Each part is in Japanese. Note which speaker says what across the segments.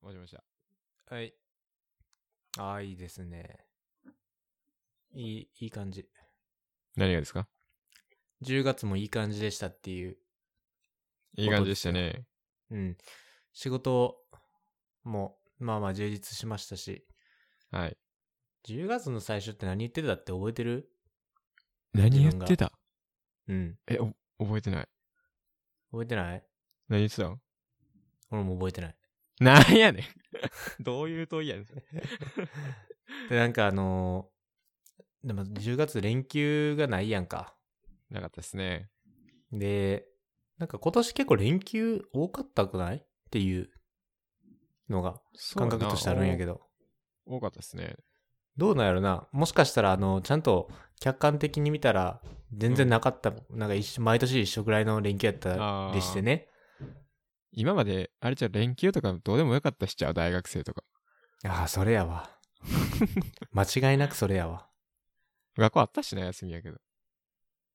Speaker 1: わかりました。
Speaker 2: はい。ああ、いいですね。いい、いい感じ。
Speaker 1: 何がですか
Speaker 2: 10月もいい感じでしたっていう。
Speaker 1: いい感じでしたね。
Speaker 2: うん。仕事も、まあまあ充実しましたし。
Speaker 1: はい。
Speaker 2: 10月の最初って何言ってたって覚えてる
Speaker 1: 何言ってた
Speaker 2: うん。
Speaker 1: え、お覚えてない。
Speaker 2: 覚えてない
Speaker 1: 何言ってたの
Speaker 2: 俺も覚えてない。
Speaker 1: なんやねん。 どういう問いやねん。
Speaker 2: で、なんかあのーでも10月連休がないやんか。
Speaker 1: なかったですね。
Speaker 2: で、なんか今年結構連休多かったくないっていうのが感覚としてあるんやけ
Speaker 1: ど。
Speaker 2: ど。
Speaker 1: 多かったですね。
Speaker 2: どうなんやろな。もしかしたら、あの、ちゃんと客観的に見たら、全然なかった、なんか一緒、毎年一緒ぐらいの連休やったりしてね。
Speaker 1: 今まで、あれじゃう連休とかどうでもよかったしちゃう、大学生とか。
Speaker 2: ああ、それやわ。間違いなくそれやわ。
Speaker 1: 学校あったしな、休みやけど。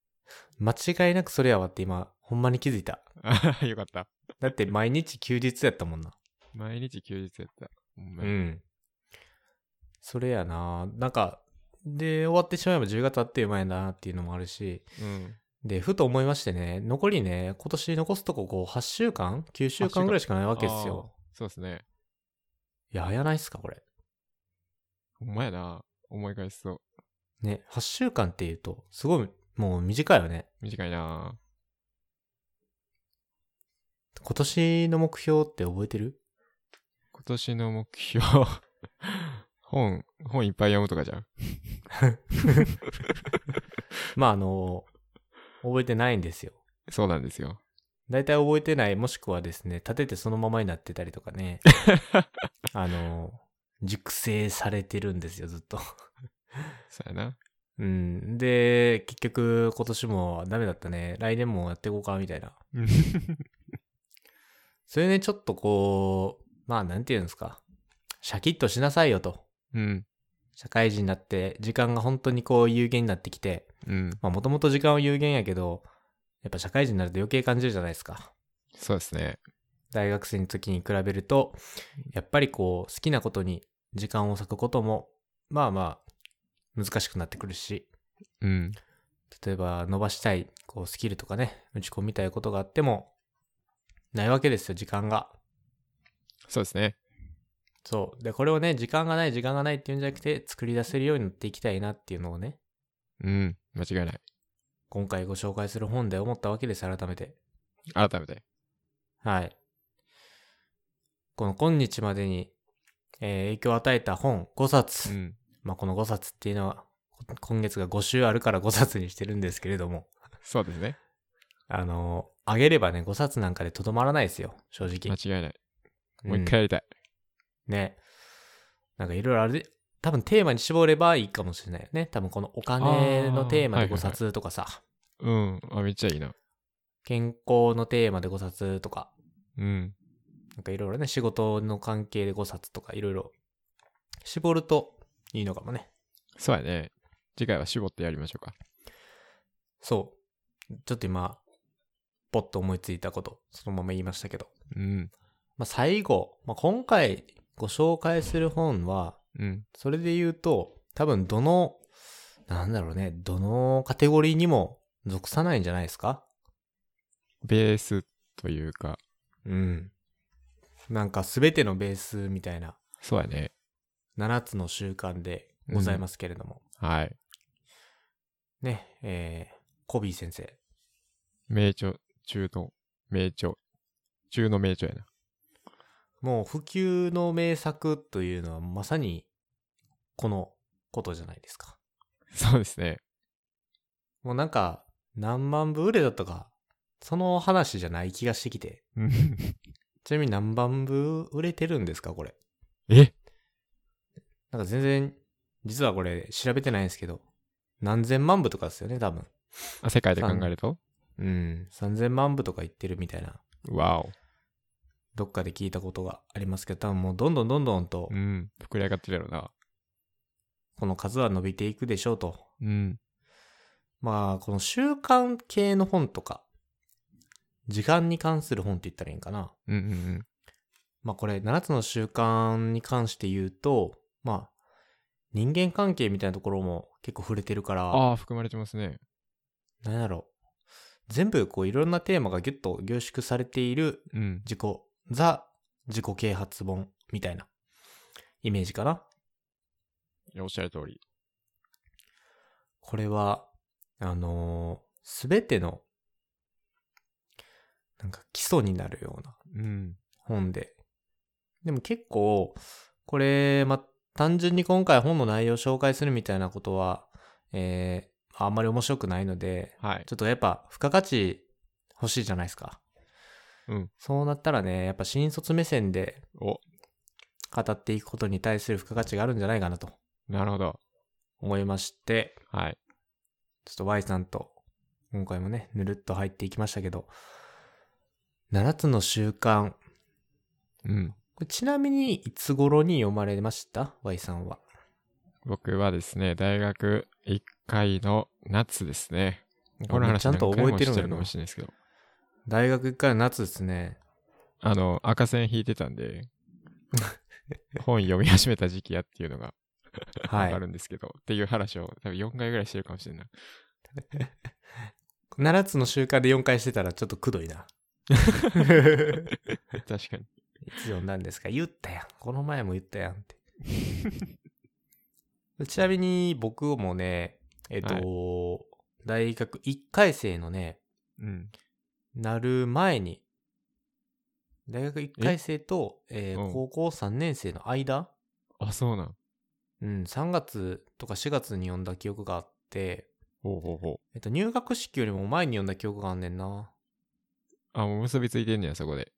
Speaker 2: 間違いなくそれやわって今、ほんまに気づいた。
Speaker 1: ああ、よかった。
Speaker 2: だって毎日休日やったもんな。
Speaker 1: 毎日休日やった。ほんま
Speaker 2: う
Speaker 1: に
Speaker 2: ん。それやな。なんか、で、終わってしまえば10月あっていう前やなっていうのもあるし、
Speaker 1: うん。
Speaker 2: で、ふと思いましてね、残りね、今年残すとここう8週間 ?9 週間ぐらいしかないわけですよ。
Speaker 1: そうですね。
Speaker 2: いや、早ないっすか、これ。
Speaker 1: ほんまやな。思い返すと。
Speaker 2: ね、8週間っていうと、すごい、もう短いよね。
Speaker 1: 短いな。
Speaker 2: 今年の目標って覚えてる
Speaker 1: 今年の目標。 本、本いっぱい読むとかじゃん。
Speaker 2: まあ、あの、覚えてないんですよ。
Speaker 1: そうなんですよ。
Speaker 2: 大体覚えてない、もしくはですね、立ててそのままになってたりとかね。あの、熟成されてるんですよ、ずっと。
Speaker 1: そうやな。
Speaker 2: うん。で、結局、今年もダメだったね。来年もやっていこうか、みたいな。
Speaker 1: うん
Speaker 2: それね、ちょっとこう、まあ、なんていうんですか。シャキッとしなさいよと。
Speaker 1: うん。
Speaker 2: 社会人になって、時間が本当にこう有限になってきて、
Speaker 1: うん。
Speaker 2: まあもともと時間は有限やけど、やっぱ社会人になると余計感じるじゃないですか。
Speaker 1: そうですね。
Speaker 2: 大学生の時に比べると、やっぱりこう好きなことに時間を割くことも、まあまあ難しくなってくるし、
Speaker 1: うん。
Speaker 2: 例えば伸ばしたいこうスキルとかね、打ち込みたいことがあっても、ないわけですよ、時間が。
Speaker 1: そうですね。
Speaker 2: そう。で、これをね、時間がない、時間がないっていうんじゃなくて、作り出せるようになっていきたいなっていうのをね、
Speaker 1: うん。間違いない。
Speaker 2: 今回ご紹介する本で思ったわけです、改めて。
Speaker 1: 改めて。
Speaker 2: はい。この今日までに、えー影響を与えた本5冊。
Speaker 1: うん。
Speaker 2: まあ、この5冊っていうのは、こ今月が5週あるから5冊にしてるんですけれども、
Speaker 1: そうですね。
Speaker 2: あのーあげればね、5冊なんかでとどまらないですよ、正
Speaker 1: 間
Speaker 2: 直。
Speaker 1: 違いない。もう
Speaker 2: うん
Speaker 1: 一回やりたい。
Speaker 2: ね。なんかいろいろあるで、多分テーマに絞ればいいかもしれないよね。多分このお金のテーマで5冊とかさ、
Speaker 1: うん。あ、めっちゃいいな。
Speaker 2: 健康のテーマで5冊とか、
Speaker 1: うん。
Speaker 2: なんかいろいろね、仕事の関係で5冊とかいろいろ絞るといいのかもね。
Speaker 1: そうやね。次回は絞ってやりましょうか。
Speaker 2: そう。ちょっと今、ポッと思いついたこと、そのまま言いましたけど。
Speaker 1: うん。
Speaker 2: まあ、最後、まあ、今回ご紹介する本は、
Speaker 1: うん。
Speaker 2: それで言うと、多分どの、なんだろうね、どのカテゴリーにも属さないんじゃないですか
Speaker 1: ベースというか、
Speaker 2: うん。なんか全てのベースみたいな
Speaker 1: そうやね。
Speaker 2: 7つの習慣でございますけれども。
Speaker 1: はい。
Speaker 2: ね、えー、コビー先生。
Speaker 1: 名著中の名著。中の名著やな。
Speaker 2: もう普及の名作というのはまさにこのことじゃないですか。
Speaker 1: そうですね。
Speaker 2: もうなんか何万部売れだとか、その話じゃない気がしてきて。
Speaker 1: うん
Speaker 2: ちなみに何万部売れてるんですかこれ。
Speaker 1: え
Speaker 2: なんか全然、実はこれ調べてないんですけど、何千万部とかですよね、多分。
Speaker 1: あ世界で考えると
Speaker 2: うん、3000万部とか言ってるみたいな、
Speaker 1: わお。
Speaker 2: どっかで聞いたことがありますけど、多分もうどんどんどんどんと
Speaker 1: う、ん。膨れ上がってるやろな。
Speaker 2: この数は伸びていくでしょうと。
Speaker 1: うん。
Speaker 2: まあ、この習慣系の本とか、時間に関する本って言ったらいいんかな。
Speaker 1: うんうんうん。
Speaker 2: まあこれ7つの習慣に関して言うと、まあ人間関係みたいなところも結構触れてるから、
Speaker 1: ああ、含まれてますね。
Speaker 2: なんだろう。全部こういろんなテーマがギュッと凝縮されている
Speaker 1: うん。
Speaker 2: 自己、ザ自己啓発本みたいなイメージかな。
Speaker 1: いや、おっしゃる通り。
Speaker 2: これは、あのすべての、なんか基礎になるような
Speaker 1: うん。
Speaker 2: 本で。でも結構、これ、まあ、単純に今回本の内容を紹介するみたいなことは、えー、あんまり面白くないので、
Speaker 1: はい。
Speaker 2: ちょっとやっぱ、付加価値欲しいじゃないですか。
Speaker 1: うん。
Speaker 2: そうなったらね、やっぱ新卒目線で
Speaker 1: お、
Speaker 2: 語っていくことに対する付加価値があるんじゃないかなと
Speaker 1: なるほど。
Speaker 2: 思いまして、
Speaker 1: はい。
Speaker 2: ちょっと Y さんと、今回もね、ぬるっと入っていきましたけど、7つの習慣。
Speaker 1: うん。
Speaker 2: これちなみに、いつ頃に読まれました ?Y さんは。
Speaker 1: 僕はですね、大学1回の夏ですね。この話
Speaker 2: ちゃんと覚えて
Speaker 1: 何
Speaker 2: る
Speaker 1: 回もし
Speaker 2: ん
Speaker 1: て
Speaker 2: だ
Speaker 1: るか
Speaker 2: な
Speaker 1: も。しれないですけど。
Speaker 2: 大学から夏で すね。
Speaker 1: あの、赤線引いてたん で、本読み始めた時期やっていうのが
Speaker 2: は
Speaker 1: あ
Speaker 2: い。
Speaker 1: るんですけど、っていう話を多分4回ぐらいしてるかもしれない。
Speaker 2: 7つの習慣で4回してたらちょっとくどいな。
Speaker 1: 確かに。
Speaker 2: いつ読んだんですか言ったやん。この前も言ったやん って。ちなみに僕もね、えっ、と、大学1回生のね、
Speaker 1: うん。
Speaker 2: なる前に、大学1回生と、えー
Speaker 1: うん
Speaker 2: 高校3年生の間、
Speaker 1: あ、そうなん。
Speaker 2: うん、3月とか4月に読んだ記憶があって、
Speaker 1: ほうほうほう。
Speaker 2: えっと、入学式よりも前に読んだ記憶があんねんな。
Speaker 1: あ、もう結びついてんねや、そこで。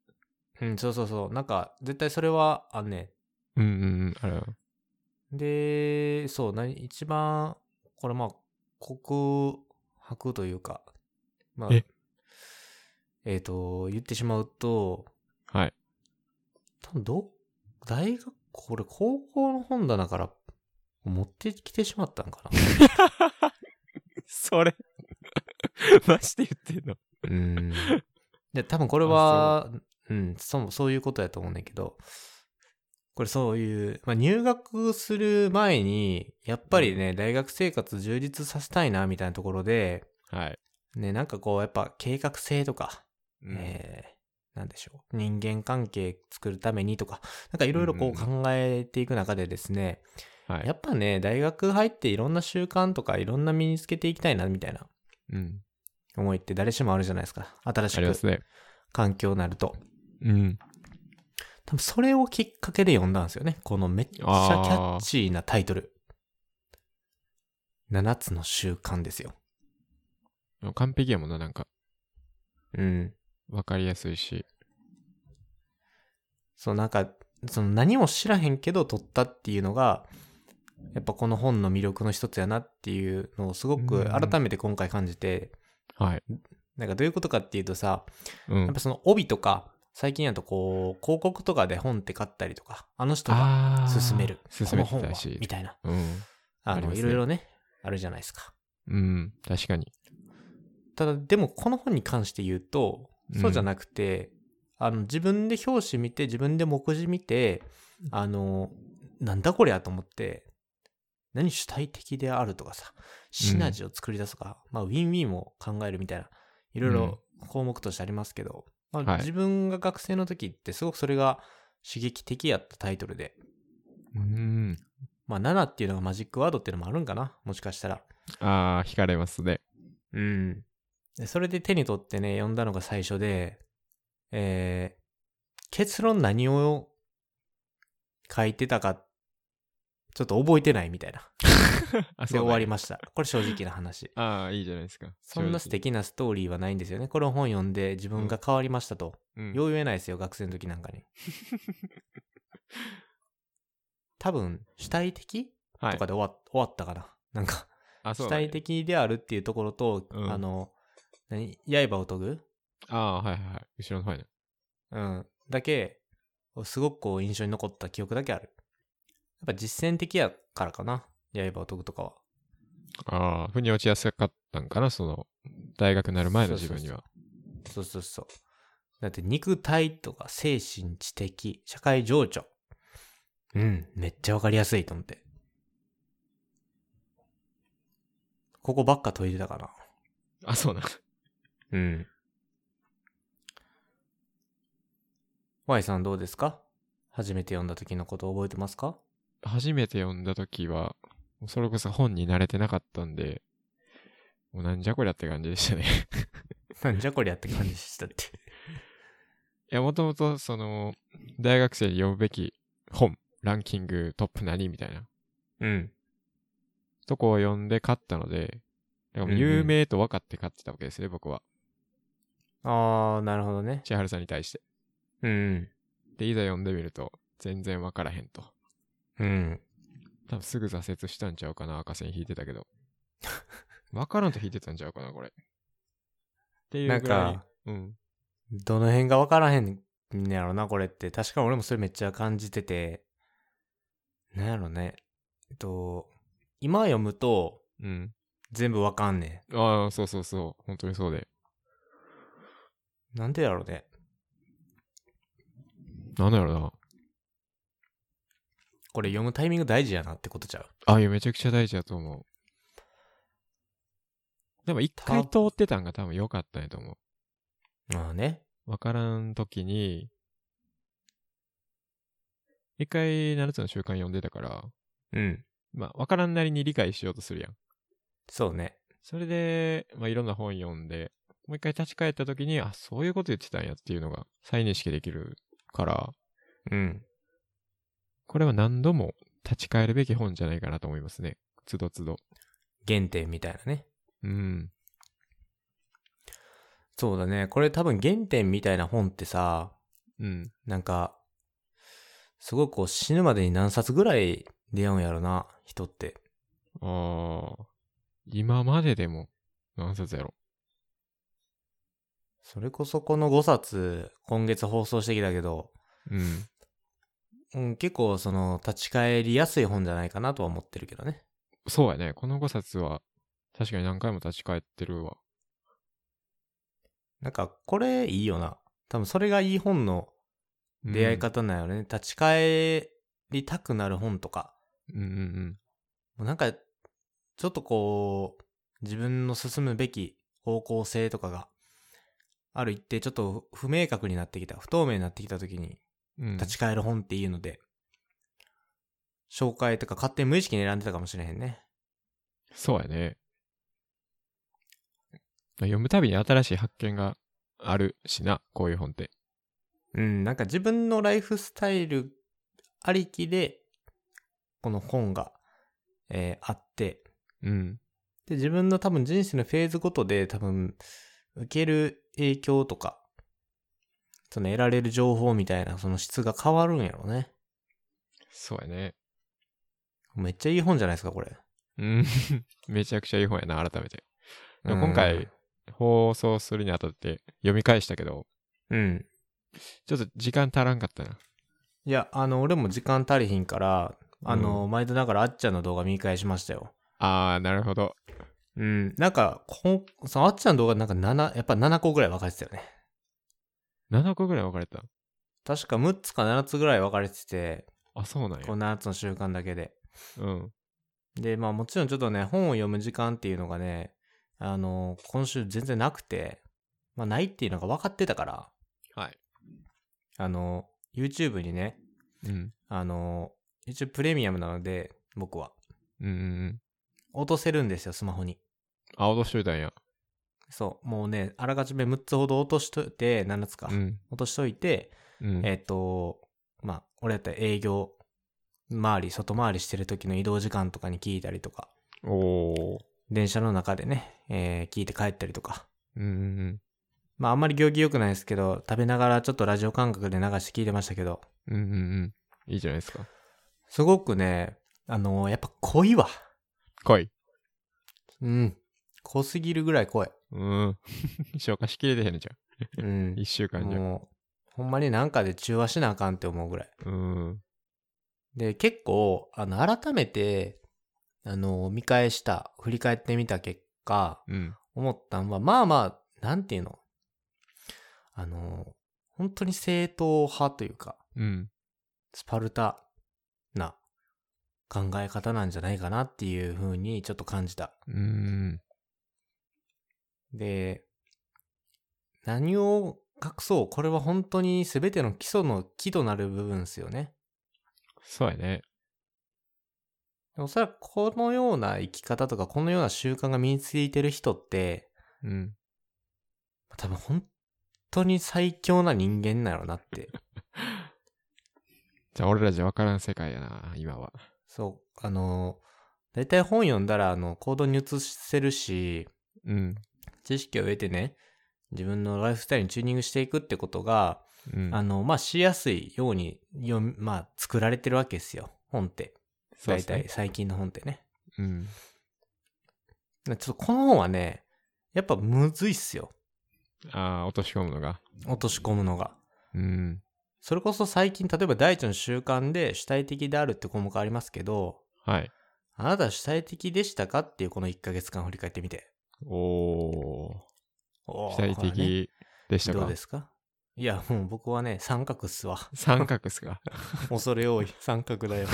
Speaker 2: うん、そうそうそう。なんか、絶対それはあんね
Speaker 1: うんうんうん。あら。
Speaker 2: ん。で、そう、な一番、これまあ、告白というか、まあ
Speaker 1: え、
Speaker 2: えっ、と、言ってしまうと、
Speaker 1: はい。
Speaker 2: 多分ど、大学、これ高校の本棚から持ってきてしまったんかな。
Speaker 1: そ れ。マジで言ってんの
Speaker 2: うん。で、多分これは、うん、そう、そういうことやと思うねんだけど、これそういう、まあ、入学する前に、やっぱりね、大学生活充実させたいな、みたいなところで、
Speaker 1: はい。
Speaker 2: ね、なんかこう、やっぱ計画性とか、
Speaker 1: うん
Speaker 2: えーなんでしょう、人間関係作るためにとか、なんかいろいろこう
Speaker 1: うん
Speaker 2: 考えていく中でですね、
Speaker 1: はい。
Speaker 2: やっぱね、大学入っていろんな習慣とかいろんな身につけていきたいな、みたいな
Speaker 1: うん。
Speaker 2: 思いって誰しもあるじゃないですか。新し
Speaker 1: あります
Speaker 2: く
Speaker 1: ね。
Speaker 2: 環境になると。
Speaker 1: うん。
Speaker 2: 多分それをきっかけで読んだんですよね。このめっちゃキ
Speaker 1: あー
Speaker 2: ャッチーなタイトル。7つの習慣ですよ。
Speaker 1: 完璧やもんな、なんか。
Speaker 2: うん。
Speaker 1: わかりやすいし。
Speaker 2: そう、なんか、その何も知らへんけど取ったっていうのが、やっぱこの本の魅力の一つやなっていうのをすごく
Speaker 1: うん
Speaker 2: 改めて今回感じて、
Speaker 1: はい。
Speaker 2: なんかどういうことかっていうとさ、
Speaker 1: う
Speaker 2: やっ
Speaker 1: ん
Speaker 2: ぱ。その帯とか、最近やとこう、広告とかで本って買ったりとか、あの人が
Speaker 1: あー
Speaker 2: 勧める。
Speaker 1: 勧め
Speaker 2: こ
Speaker 1: て
Speaker 2: の本
Speaker 1: た
Speaker 2: は
Speaker 1: し
Speaker 2: み。たいな。
Speaker 1: うん。
Speaker 2: あ
Speaker 1: あり
Speaker 2: の、
Speaker 1: ますね
Speaker 2: いろいろね、あるじゃないですか。
Speaker 1: うん。確かに。
Speaker 2: ただ、でもこの本に関して言うと、そうじゃなくて、あの、自分で表紙見て、自分で目次見て、あの、なんだこりゃと思って、何主体的であるとかさ、シナジーを作り出すとか、まあ、ウィンウィンを考えるみたいな、いろいろ項目としてありますけど、ま
Speaker 1: は
Speaker 2: あ、
Speaker 1: い
Speaker 2: 自分が学生の時ってすごくそれが刺激的やったタイトルで、
Speaker 1: うん。
Speaker 2: まあ、7っていうのがマジックワードっていうのもあるんかな、もしかしたら。
Speaker 1: ああ、惹かれますね。
Speaker 2: うん。でそれで手に取ってね、読んだのが最初で、えー結論何を書いてたか、ちょっと覚えてないみたいな。
Speaker 1: あ、
Speaker 2: で、終わり
Speaker 1: ま
Speaker 2: ました。これ正直 な話。
Speaker 1: ああ、いいじゃないですか。
Speaker 2: そんな素
Speaker 1: 正直。
Speaker 2: 敵なストーリーはないんですよね。これを本読んで自分が変わりましたと。
Speaker 1: うん
Speaker 2: よう言えないですよ、学生の時なんかに。多分、主体的
Speaker 1: は
Speaker 2: と
Speaker 1: い
Speaker 2: か。で終わ,、終わったかな。なんか、
Speaker 1: あ、そ
Speaker 2: 主
Speaker 1: うなんや
Speaker 2: 体的であるっていうところと、
Speaker 1: うん
Speaker 2: あの、何刃を研ぐ
Speaker 1: ああー、はいはいはい。後ろの方に。
Speaker 2: うん。だけ、すごくこう印象に残った記憶だけある。やっぱ実践的やからかな。刃を研ぐとかは。
Speaker 1: ああ、腑に落ちやすかったんかな、その、大学になる前の自分には。
Speaker 2: そうそうそう。だって肉体とか精神、知的、社会情緒。うん、めっちゃわかりやすいと思って。ここばっか解いてたかな。
Speaker 1: あ、そうな。
Speaker 2: うん。Y さんどうですか初めて読んだ時のこと覚えてますか
Speaker 1: 初めて読んだ時は、それこそ本に慣れてなかったんで、もうなんじゃこりゃって感じでしたね。
Speaker 2: なんじゃこりゃって感じでしたって。
Speaker 1: いや、もともと、その、大学生で読むべき本、ランキングトップ何みたいな
Speaker 2: うん。
Speaker 1: とこを読んで買ったので、だからもう
Speaker 2: うんうん
Speaker 1: 有名と分かって買ってたわけですね、僕は。
Speaker 2: ああ、なるほどね。
Speaker 1: 千春さんに対して。
Speaker 2: うん。
Speaker 1: で、いざ読んでみると、全然分からへんと。
Speaker 2: うん。
Speaker 1: 多分すぐ挫折したんちゃうかな、赤線引いてたけ ど。分からんと引いてたんちゃうかな、これ。ってい
Speaker 2: な
Speaker 1: うんぐらい。
Speaker 2: か、
Speaker 1: うん。
Speaker 2: どの辺がわからへんねやろな、これって。確かに俺もそれめっちゃ感じてて。なんやろね。えっと、今読むと
Speaker 1: うん。
Speaker 2: 全部わかんね
Speaker 1: ああ、そうそうそう。本当にそうで。
Speaker 2: ん。なんでやろね。
Speaker 1: なんだろうな。
Speaker 2: これ読むタイミング大事やなってことちゃう。
Speaker 1: ああ、いや、めちゃくちゃ大事だと思う。でも、一回通ってたんが多分良かったんやと思
Speaker 2: まあね。
Speaker 1: う。わからん時に、一回、7つの習慣読んでたから、
Speaker 2: うん。
Speaker 1: まあ、わからんなりに理解しようとするやん。
Speaker 2: そうね。
Speaker 1: それで、まあ、いろんな本読んで、もう一回立ち返った時に、あ、そういうこと言ってたんやっていうのが再認識できるから、
Speaker 2: うん。
Speaker 1: これは何度も立ち返るべき本じゃないかなと思いますね。つどつど。
Speaker 2: 原点みたいなね。
Speaker 1: うん。
Speaker 2: そうだね。これ多分原点みたいな本ってさ、
Speaker 1: うん。
Speaker 2: なんか、すごいこう死ぬまでに何冊ぐらい出会うんやろな、人って。
Speaker 1: ああ。今まででも、何冊やろ。
Speaker 2: それこそこの5冊、今月放送してきたけど、
Speaker 1: うん。
Speaker 2: うん、結構その立ち返りやすい本じゃないかなとは思ってるけどね。
Speaker 1: そうやね。この5冊は、確かに何回も立ち返ってるわ。
Speaker 2: なんか、これいいよな。多分それがいい本の
Speaker 1: うん
Speaker 2: 出会い。方なんやろね。立ち返りたくなる本とか。
Speaker 1: うんうんうん。
Speaker 2: もうなんか、ちょっとこう、自分の進むべき方向性とかが、ある一定ちょっと不明確になってきた、不透明になってきた時に、
Speaker 1: うん、
Speaker 2: 立ち返る本っていうので、紹介とか勝手に無意識に選んでたかもしれへんね。
Speaker 1: そうやね。読むたびに新しい発見があるしな、こういう本って。
Speaker 2: うん、なんか自分のライフスタイルありきで、この本が、えーあって、
Speaker 1: うん。
Speaker 2: で、自分の多分人生のフェーズごとで多分、受ける影響とか、その得られる情報みたいな、その質が変わるんやろね。
Speaker 1: そうやね。
Speaker 2: めっちゃいい本じゃないですか、これ。
Speaker 1: うん。 めちゃくちゃいい本やな、改めて。でも今回、放送するにあたって読み返したけど、
Speaker 2: うん。うん。
Speaker 1: ちょっと時間足らんかったな。
Speaker 2: いや、あの、俺も時間足りひんから、あの、毎度ながらあっちゃんの動画見返しましたよ。
Speaker 1: あー、なるほど。
Speaker 2: うん。なんか、こんそのあっちゃんの動画なんか7、やっぱ7個ぐらい分かれてたよね。
Speaker 1: 7個ぐらい分かれた。
Speaker 2: 確か6つか7つぐらい分かれてて、
Speaker 1: あ、そうなんや
Speaker 2: こ。の7つの習慣だけで。
Speaker 1: うん。
Speaker 2: で、まあもちろんちょっとね、本を読む時間っていうのがね、あの、今週全然なくて、まあないっていうのが分かってたから、
Speaker 1: はい。
Speaker 2: あの、YouTube にね、
Speaker 1: うん。
Speaker 2: あの、YouTube プレミアムなので、僕は。
Speaker 1: うんうんうん。
Speaker 2: 落とせるんですよ、スマホに。
Speaker 1: あ、落としといたんや。
Speaker 2: そう、もうね、あらかじめ6つほど落としといて、7つか、
Speaker 1: うん。
Speaker 2: 落としといて、
Speaker 1: うん。
Speaker 2: えっ、と、まあ、俺やったら営業回り、外回りしてる時の移動時間とかに聞いたりとか、
Speaker 1: おー。
Speaker 2: 電車の中でね、えー聞いて帰ったりとか、
Speaker 1: うんうん
Speaker 2: まああんまり行儀良くないですけど、食べながらちょっとラジオ感覚で流して聞いてましたけど、
Speaker 1: うん。うんうんうん。いいじゃないですか。
Speaker 2: すごくね、あのーやっぱ濃いわ。
Speaker 1: 来い。
Speaker 2: うん。濃すぎるぐらい濃い。
Speaker 1: うん。消化しきれてへんじゃ
Speaker 2: うん
Speaker 1: ん。。一週間じゃ。
Speaker 2: もう、ほんまになんかで中和しなあかんって思うぐらい。
Speaker 1: うん。
Speaker 2: で、結構、あの、改めて、あのー見返した、振り返ってみた結果、
Speaker 1: うん。
Speaker 2: 思ったんは、まあまあ、なんていうの。あの本当に正統派というか、
Speaker 1: うん。
Speaker 2: スパルタな考え方なんじゃないかなっていう風にちょっと感じた。
Speaker 1: うーん。
Speaker 2: で、何を隠そうこれは本当に全ての基礎の木となる部分ですよね。
Speaker 1: そうやね。
Speaker 2: おそらくこのような生き方とかこのような習慣が身についてる人って
Speaker 1: うん。
Speaker 2: 多分本当に最強な人間なのなって。
Speaker 1: じゃあ、俺らじゃ分からん世界やな、今は。
Speaker 2: そう、あの、大体本読んだらあの行動に移せるし、
Speaker 1: うん。
Speaker 2: 知識を得てね、自分のライフスタイルにチューニングしていくってことが、
Speaker 1: うん。
Speaker 2: あの、まあ、しやすいように読み、まあ、作られてるわけですよ。本って。
Speaker 1: そうっ
Speaker 2: 大
Speaker 1: すね
Speaker 2: 体、。最近の本ってね。
Speaker 1: うん。
Speaker 2: ちょっとこの本はね、やっぱむずいっすよ。
Speaker 1: ああ、落とし込むのが。
Speaker 2: 落とし込むのが。
Speaker 1: うん。一
Speaker 2: それこそ最近、例えば第一の習慣で主体的であるって項目ありますけど、
Speaker 1: はい。
Speaker 2: あなたは主体的でしたかっていうこの1ヶ月間振り返ってみて。
Speaker 1: おー。
Speaker 2: おー
Speaker 1: 主体
Speaker 2: これはね
Speaker 1: 的でした
Speaker 2: ど
Speaker 1: か、
Speaker 2: うですかいや、もう僕はね、三角っすわ。
Speaker 1: 三角っすか
Speaker 2: 恐れ多い。三角だよ。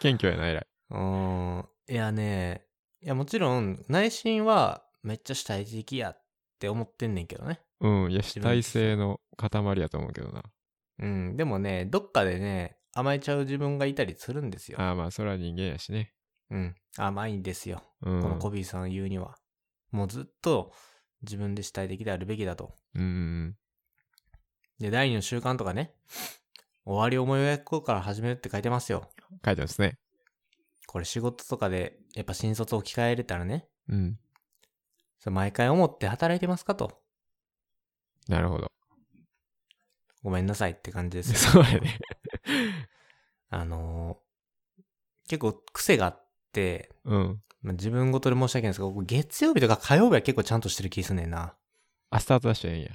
Speaker 1: 謙虚やな、偉い。
Speaker 2: うーん。いやね、いやもちろん内心はめっちゃ主体的やって思ってんねんけどね。
Speaker 1: うん。いや、主
Speaker 2: 自分
Speaker 1: 体性の塊やと思うけどな。
Speaker 2: うん。でもね、どっかでね、甘えちゃう自分がいたりするんですよ。
Speaker 1: ああ、まあ、それは人間やしね。
Speaker 2: うん。甘いんですよ。
Speaker 1: うん。
Speaker 2: このコビーさん言うには。もうずっと自分で主体的であるべきだと。
Speaker 1: うん。
Speaker 2: で、第二の習慣とかね、終わりを思い描くことから始めるって書いてますよ。
Speaker 1: 書いてますね。
Speaker 2: これ仕事とかで、やっぱ新卒置き換えれたらね、
Speaker 1: うん。
Speaker 2: それ毎回思って働いてますかと。
Speaker 1: なるほど。
Speaker 2: ごめんなさいって感じです
Speaker 1: そ
Speaker 2: よ。
Speaker 1: うやね。
Speaker 2: あのー結構癖があって、
Speaker 1: うん。
Speaker 2: まあ自分ごとで申し訳ないんですが、僕月曜日とか火曜日は結構ちゃんとしてる気すんねんな。
Speaker 1: あ、スタート出してええんや。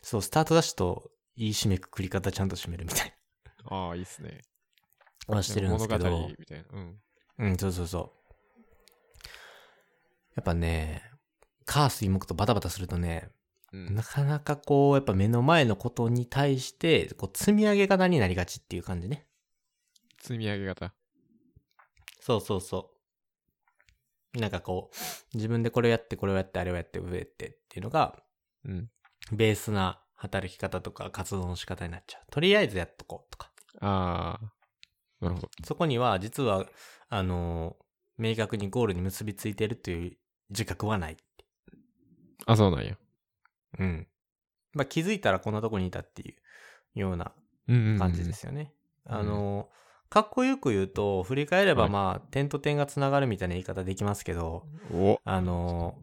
Speaker 2: そう、スタートダッシュといい締めくくり方ちゃんと締めるみたい
Speaker 1: ああ、いいっすね。
Speaker 2: な。 はしてるんですけ
Speaker 1: 物
Speaker 2: ど
Speaker 1: 語。みたいな。うん。
Speaker 2: うん、そうそうそう。やっぱね、カースイ木とバタバタするとね、
Speaker 1: うん
Speaker 2: なかなかこう、やっぱ目の前のことに対して、こう、積み上げ方になりがちっていう感じね。
Speaker 1: 積み上げ方。
Speaker 2: そうそうそう。なんかこう、自分でこれをやって、これをやって、あれをやって、上ってっていうのが、
Speaker 1: うん。
Speaker 2: ベースな働き方とか活動の仕方になっちゃう。とりあえずやっとこうとか。
Speaker 1: ああ。なるほど。
Speaker 2: そこには、実は、あのー明確にゴールに結びついてるという自覚はない。
Speaker 1: あ、そうなんや。
Speaker 2: うん。まあ、気づいたらこんなとこにいたっていうような
Speaker 1: うんうんうん
Speaker 2: 感じで。すよね。
Speaker 1: うん
Speaker 2: あのーかっこよく言うと、振り返れば
Speaker 1: はい
Speaker 2: まあ、点と点がつながるみたいな言い方できますけど、
Speaker 1: お
Speaker 2: あの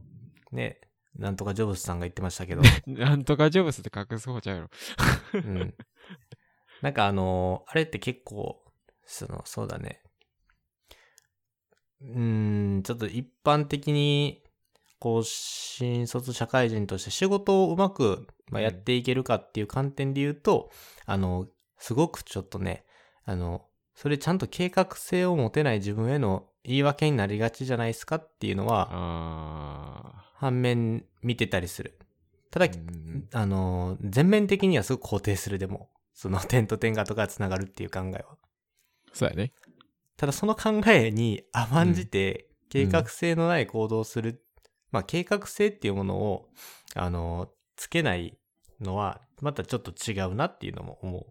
Speaker 2: ーね、なんとかジョブズさんが言って ましたけど、
Speaker 1: なんとかジョブスって隠す方ちゃうやろ。
Speaker 2: うん。なんかあのーあれって結構、その、そうだね。うーん、ちょっと一般的に、こう、新卒社会人として仕事をうまく、まあ、
Speaker 1: うん
Speaker 2: やっていけるかっていう観点で言うと、あの、すごくちょっとね、あの、それちゃんと計画性を持てない自分への言い訳になりがちじゃないですかっていうのは、
Speaker 1: あ
Speaker 2: 反面見てたりする。ただ
Speaker 1: あ。う、ん
Speaker 2: あの、全面的にはすごく肯定するでも、その点と点がとかつながるっていう考えは。
Speaker 1: そうやね。
Speaker 2: ただその考えに甘んじて、計
Speaker 1: ん
Speaker 2: 画性のない行動をする、まあ計画性っていうものを、あの、つけないのは、またちょっと違うなっていうのも思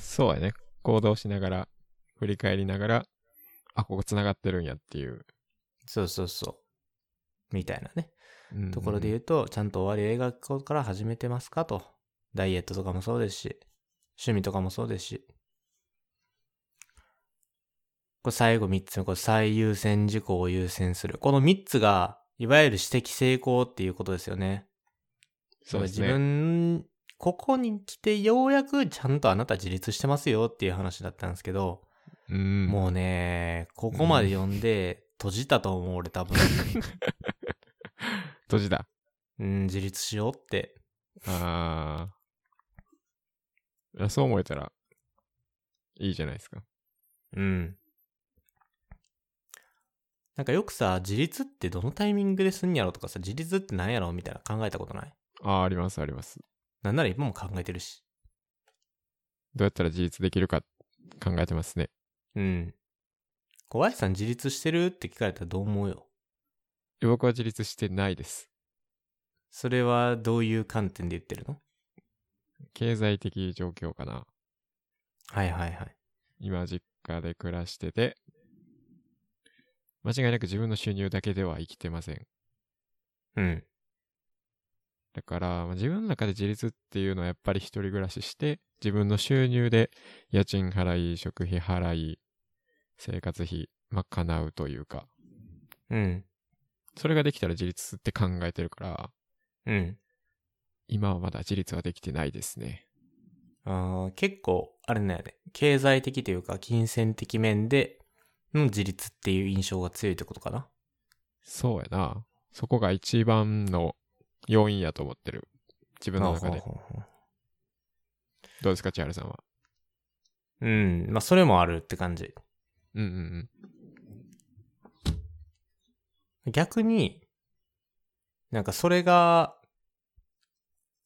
Speaker 1: そうやね。行動しながら、振り返りながら、あ、ここ繋がってるんやっていう。
Speaker 2: う。そうそうそう。みたいなね。
Speaker 1: うんうん
Speaker 2: ところで言うと、ちゃんと終わり映画こから始めてますかと。ダイエットとかもそうですし、趣味とかもそうですし。これ最後3つ目、これ最優先事項を優先する。この3つが、いわゆる私的成功っていうことですよね。
Speaker 1: そうです
Speaker 2: だ
Speaker 1: ね。
Speaker 2: から自分、ここに来てようやくちゃんとあなた自立してますよっていう話だったんですけど、
Speaker 1: うん。
Speaker 2: もうね、ここまで読んで閉じたと思う、俺多分。
Speaker 1: 閉じだ。
Speaker 2: うん、自立しようって。
Speaker 1: ああ。いやそう思えたら、いいじゃないですか。
Speaker 2: うん。なんかよくさ、自立ってどのタイミングですんやろとかさ、自立ってなんやろみたいな考えたことない
Speaker 1: ああ、あります、あります。
Speaker 2: なんなら今も考えてるし。
Speaker 1: どうやったら自立できるか考えてますね。
Speaker 2: うん。小林さん自立してるって聞かれたらどう思うよ。
Speaker 1: 僕は自立してないです。
Speaker 2: それはどういう観点で言ってるの
Speaker 1: 経済的状況かな。
Speaker 2: はいはいはい。
Speaker 1: 今、実家で暮らしてて、間違いなく自分の収入だけでは生きてません。
Speaker 2: うん。
Speaker 1: だから、まあ自分の中で自立っていうのはやっぱり一人暮らしして、自分の収入で家賃払い、食費払い、生活費、まあ、叶うというか、
Speaker 2: うん。
Speaker 1: それができたら自立って考えてるから、
Speaker 2: うん。
Speaker 1: 今はまだ自立はできてないですね。
Speaker 2: あー結構、あれなんやね。経済的というか、金銭的面での自立っていう印象が強いってことかな。
Speaker 1: そうやな。そこが一番の要因やと思ってる。自分の中で。
Speaker 2: ほうほうほ
Speaker 1: どうですか、千春さんは。
Speaker 2: ううん。まあ、それもあるって感じ。
Speaker 1: うんうんうん。
Speaker 2: 逆に、なんかそれが、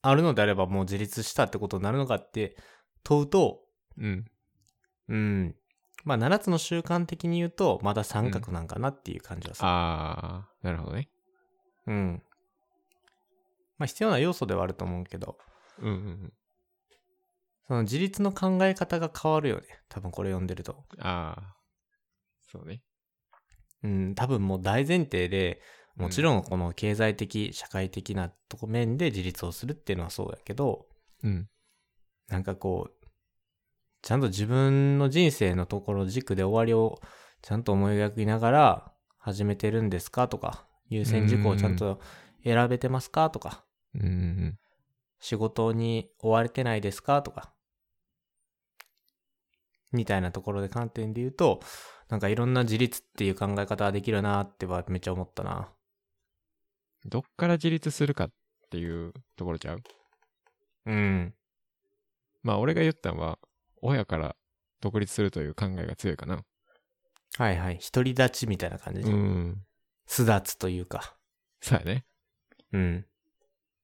Speaker 2: あるのであればもう自立したってことになるのかって問うと、
Speaker 1: うん。
Speaker 2: うん。まあ、7つの習慣的に言うと、まだ三角なんかなっていう感じはする。
Speaker 1: あー、なるほどね。
Speaker 2: うん。まあ、必要な要素ではあると思うけど、
Speaker 1: うんうんうん。
Speaker 2: その自立の考え方が変わるよね。多分これ読んでると。
Speaker 1: あー、そうね。
Speaker 2: うん、多分もう大前提で、もちろんこの経済的、社会的なとこ面で自立をするっていうのはそうやけど、
Speaker 1: うん。
Speaker 2: なんかこう、ちゃんと自分の人生のところ軸で終わりをちゃんと思い描きながら始めてるんですかとか、優先事項をちゃんと選べてますかとか、
Speaker 1: うんうんうん。
Speaker 2: 仕事に追われてないですかとか、みたいなところで観点で言うと、なんかいろんな自立っていう考え方ができるなってはめっちゃ思ったな。
Speaker 1: どっから自立するかっていうところちゃう
Speaker 2: うん。
Speaker 1: まあ、俺が言ったのは、親から独立するという考えが強いかな。
Speaker 2: はいはい。独り立ちみたいな感じ。
Speaker 1: うん。
Speaker 2: 巣立つというか。
Speaker 1: そうやね。
Speaker 2: うん。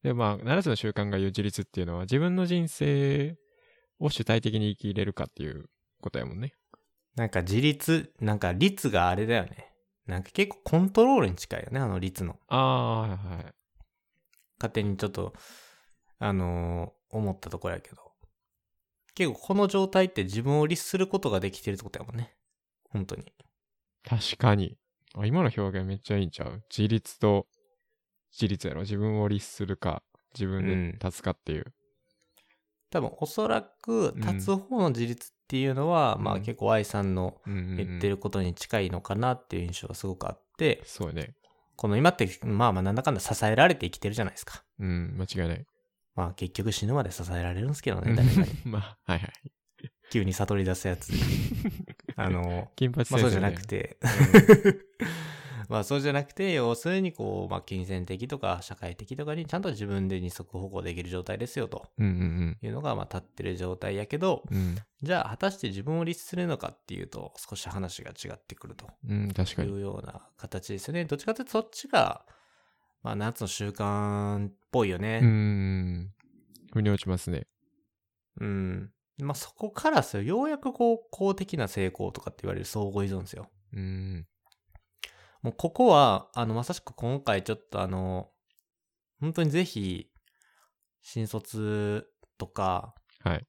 Speaker 1: で、まあ、7つの習慣が言う自立っていうのは、自分の人生を主体的に生きれるかっていうことやもんね。
Speaker 2: なんか自立、なんか率があれだよね。なんか結構コントロールに近いよね、あの率の。
Speaker 1: ああ、はいはい。
Speaker 2: 勝手にちょっと、あのー思ったところやけど。結構この状態って自分を律することができてるってことやもんね。本当に。
Speaker 1: 確かに。あ今の表現めっちゃいいんちゃう自立と、自立やろ自分を律するか、自分で立つかっていう。
Speaker 2: 多分おそらく
Speaker 1: うん
Speaker 2: 立つ方の自立っていうのは、まあ
Speaker 1: うん
Speaker 2: 結構愛さんの
Speaker 1: うん、うんうん
Speaker 2: 言ってることに近いのかなっていう印象がすごくあって、
Speaker 1: そうやね。
Speaker 2: この今ってまあまあなんだかんだ支えられて生きてるじゃないですか。
Speaker 1: うん、間違い ない。
Speaker 2: まあ結局死ぬまで支えられるんですけどね、誰かに。
Speaker 1: まあ、はいはい。
Speaker 2: 急に悟り出すやつ。あの、
Speaker 1: 金八先生、
Speaker 2: ま
Speaker 1: ね。
Speaker 2: あそうじゃなくて、まあそうじゃなくて、要するにこう、まあ金銭的とか社会的とかにちゃんと自分で二足歩行できる状態ですよと
Speaker 1: うん。うんうん
Speaker 2: いうのがまあ立ってる状態やけど、
Speaker 1: うん。うん
Speaker 2: じゃあ果たして自分を律するのかっていうと少し話が違ってくると
Speaker 1: うん、確か
Speaker 2: い
Speaker 1: に。
Speaker 2: うような形ですよね。どっちかというとそっちが、まあ夏の習慣っぽいよ
Speaker 1: う
Speaker 2: ね。
Speaker 1: ん。腑に落ちますね。
Speaker 2: うん。まあそこからですよ。ようやくこう公的な成功とかって言われる相互依存ですよ。
Speaker 1: うん。
Speaker 2: もうここは、あの、まさしく今回ちょっとあの、本当にぜひ、新卒とか、
Speaker 1: はい。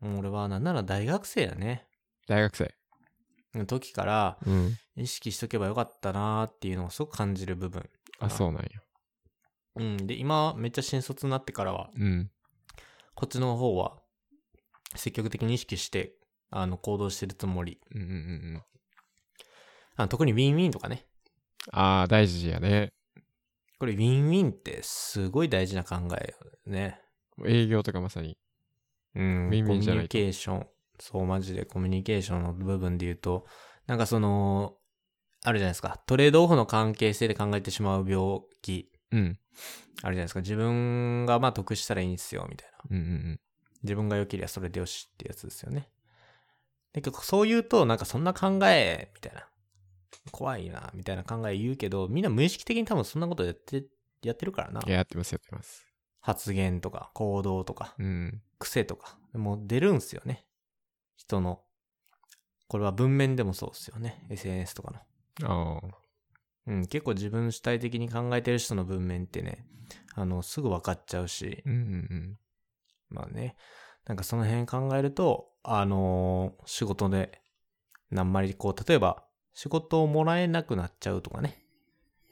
Speaker 2: もう俺はなんなら大学生だね。
Speaker 1: 大学生。
Speaker 2: の時から
Speaker 1: うん。
Speaker 2: 意識しとけばよかったなーっていうのをすごく感じる部分。
Speaker 1: あ、そうなんや。
Speaker 2: うん。で、今めっちゃ新卒になってからは、
Speaker 1: うん。
Speaker 2: こっちの方は積極的に意識して、あの、行動してるつもり。
Speaker 1: うんうんうんうん。
Speaker 2: あの特にウィンウィンとかね。
Speaker 1: ああ、大事やね。
Speaker 2: これウィンウィンってすごい大事な考えよね。
Speaker 1: 営業とかまさに。
Speaker 2: うん、
Speaker 1: ウィンウィンじゃないと
Speaker 2: コミュニケーション。そう、マジでコミュニケーションの部分で言うと、なんかその、あるじゃないですか。トレードオフの関係性で考えてしまう病気。
Speaker 1: うん。
Speaker 2: あるじゃないですか。自分がまあ得したらいいんですよ、みたいな。
Speaker 1: うんうん
Speaker 2: 自分が良ければそれでよしってやつですよね。で結構そう言うと、なんかそんな考え、みたいな。怖いな、みたいな考え言うけど、みんな無意識的に多分そんなことやって、やってるからな
Speaker 1: うん。い。ややってます、やってます。
Speaker 2: 発言とか行動とか
Speaker 1: うん。
Speaker 2: 癖とか、もう出るんすよね。人の。これは文面でもそうっすよね。SNS とかの。
Speaker 1: ああ。
Speaker 2: うん、結構自分主体的に考えてる人の文面ってね、あの、すぐ分かっちゃうし、
Speaker 1: うんうん
Speaker 2: まあね、なんかその辺考えると、あのー仕事で、あんまりこう、例えば、仕事をもらえなくなっちゃうとかね、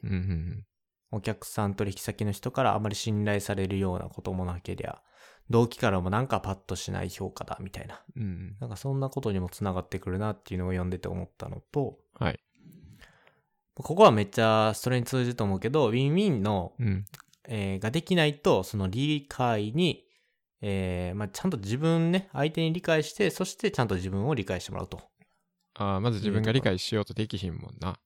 Speaker 1: うん。うんうんうん。
Speaker 2: お客さん取引先の人からあまり信頼されるようなこともなけりゃ、同期からもなんかパッとしない評価だ、みたいな。
Speaker 1: うん。
Speaker 2: なんかそんなことにもつながってくるなっていうのを読んでて思ったのと、
Speaker 1: はい。
Speaker 2: ここはめっちゃそれに通じると思うけど、ウィンウィンの
Speaker 1: うん。
Speaker 2: えーができないと、その理解に、えーまあ、ちゃんと自分ね、相手に理解して、そしてちゃんと自分を理解してもらうと。
Speaker 1: ああ、まず自分が理解しようとできひんもんな。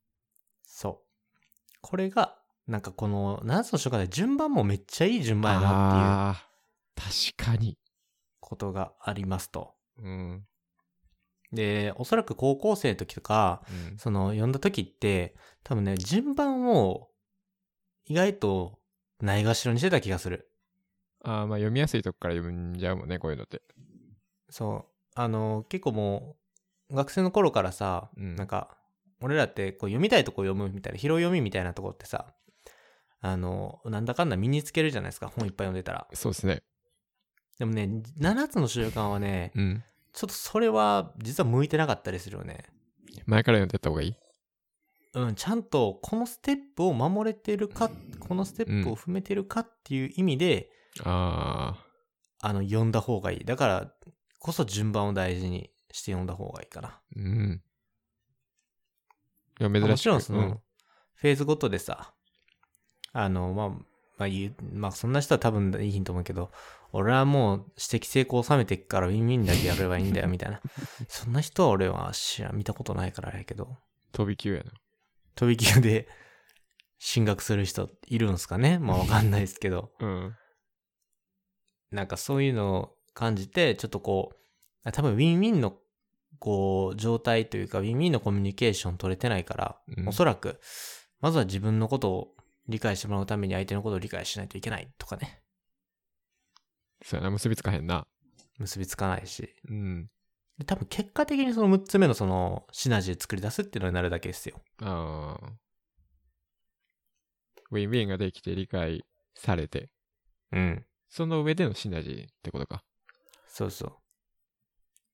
Speaker 2: そう。これが、なんかこの7つの瞬間で順番もめっちゃいい順番やなっていう
Speaker 1: ああ、確かに。
Speaker 2: ことがありますと。
Speaker 1: うん。
Speaker 2: で、おそらく高校生の時とか、
Speaker 1: うん
Speaker 2: その読んだ時って、多分ね、順番を意外とないがしろにしてた気がする。
Speaker 1: ああ、まあ読みやすいとこから読んじゃうもんね、こういうのって。
Speaker 2: そう。あの、結構もう、学生の頃からさ、
Speaker 1: うん
Speaker 2: なんか、俺らってこう読みたいとこ読むみたいな、拾い読みみたいなとこってさ、あの、なんだかんだ身につけるじゃないですか、本いっぱい読んでたら。
Speaker 1: そうですね。
Speaker 2: でもね、7つの習慣はね、
Speaker 1: うん。
Speaker 2: ちょっとそれは実は向いてなかったりするよね。
Speaker 1: 前から読んでった方がいい
Speaker 2: うん、ちゃんとこのステップを守れてるか、このステップを踏めてるかっていう意味で、
Speaker 1: ああ。
Speaker 2: あの、読んだ方がいい。だからこそ順番を大事にして読んだ方がいいかな。
Speaker 1: うん。いや、珍し
Speaker 2: ま
Speaker 1: く
Speaker 2: あもちろんその、
Speaker 1: うん
Speaker 2: フェーズごとでさ、あの、まあ、まあ言う、まあそんな人は多分いいひんと思うけど、俺はもう指摘成功を収めていくからウィンウィンだけやればいいん だよみたいな。そんな人は俺は知らん、見たことないからあれやけど、
Speaker 1: 飛び級やな。
Speaker 2: 飛び級で進学する人いるんすかねまあわかんないですけど、
Speaker 1: うん。
Speaker 2: なんかそういうのを感じて、ちょっとこう、あ多分ウィンウィンのこう状態というか、ウィンウィンのコミュニケーション取れてないから、
Speaker 1: うん
Speaker 2: おそらく、まずは自分のことを理解してもらうために相手のことを理解しないといけないとかね、
Speaker 1: そうやな、結びつかへんな。
Speaker 2: 結びつかないし。
Speaker 1: うん。
Speaker 2: で多分結果的にその6つ目のそのシナジー作り出すっていうのになるだけですよ。
Speaker 1: ああ。ウィンウィンができて理解されて、
Speaker 2: うん。
Speaker 1: その上でのシナジーってことか。
Speaker 2: そうそう。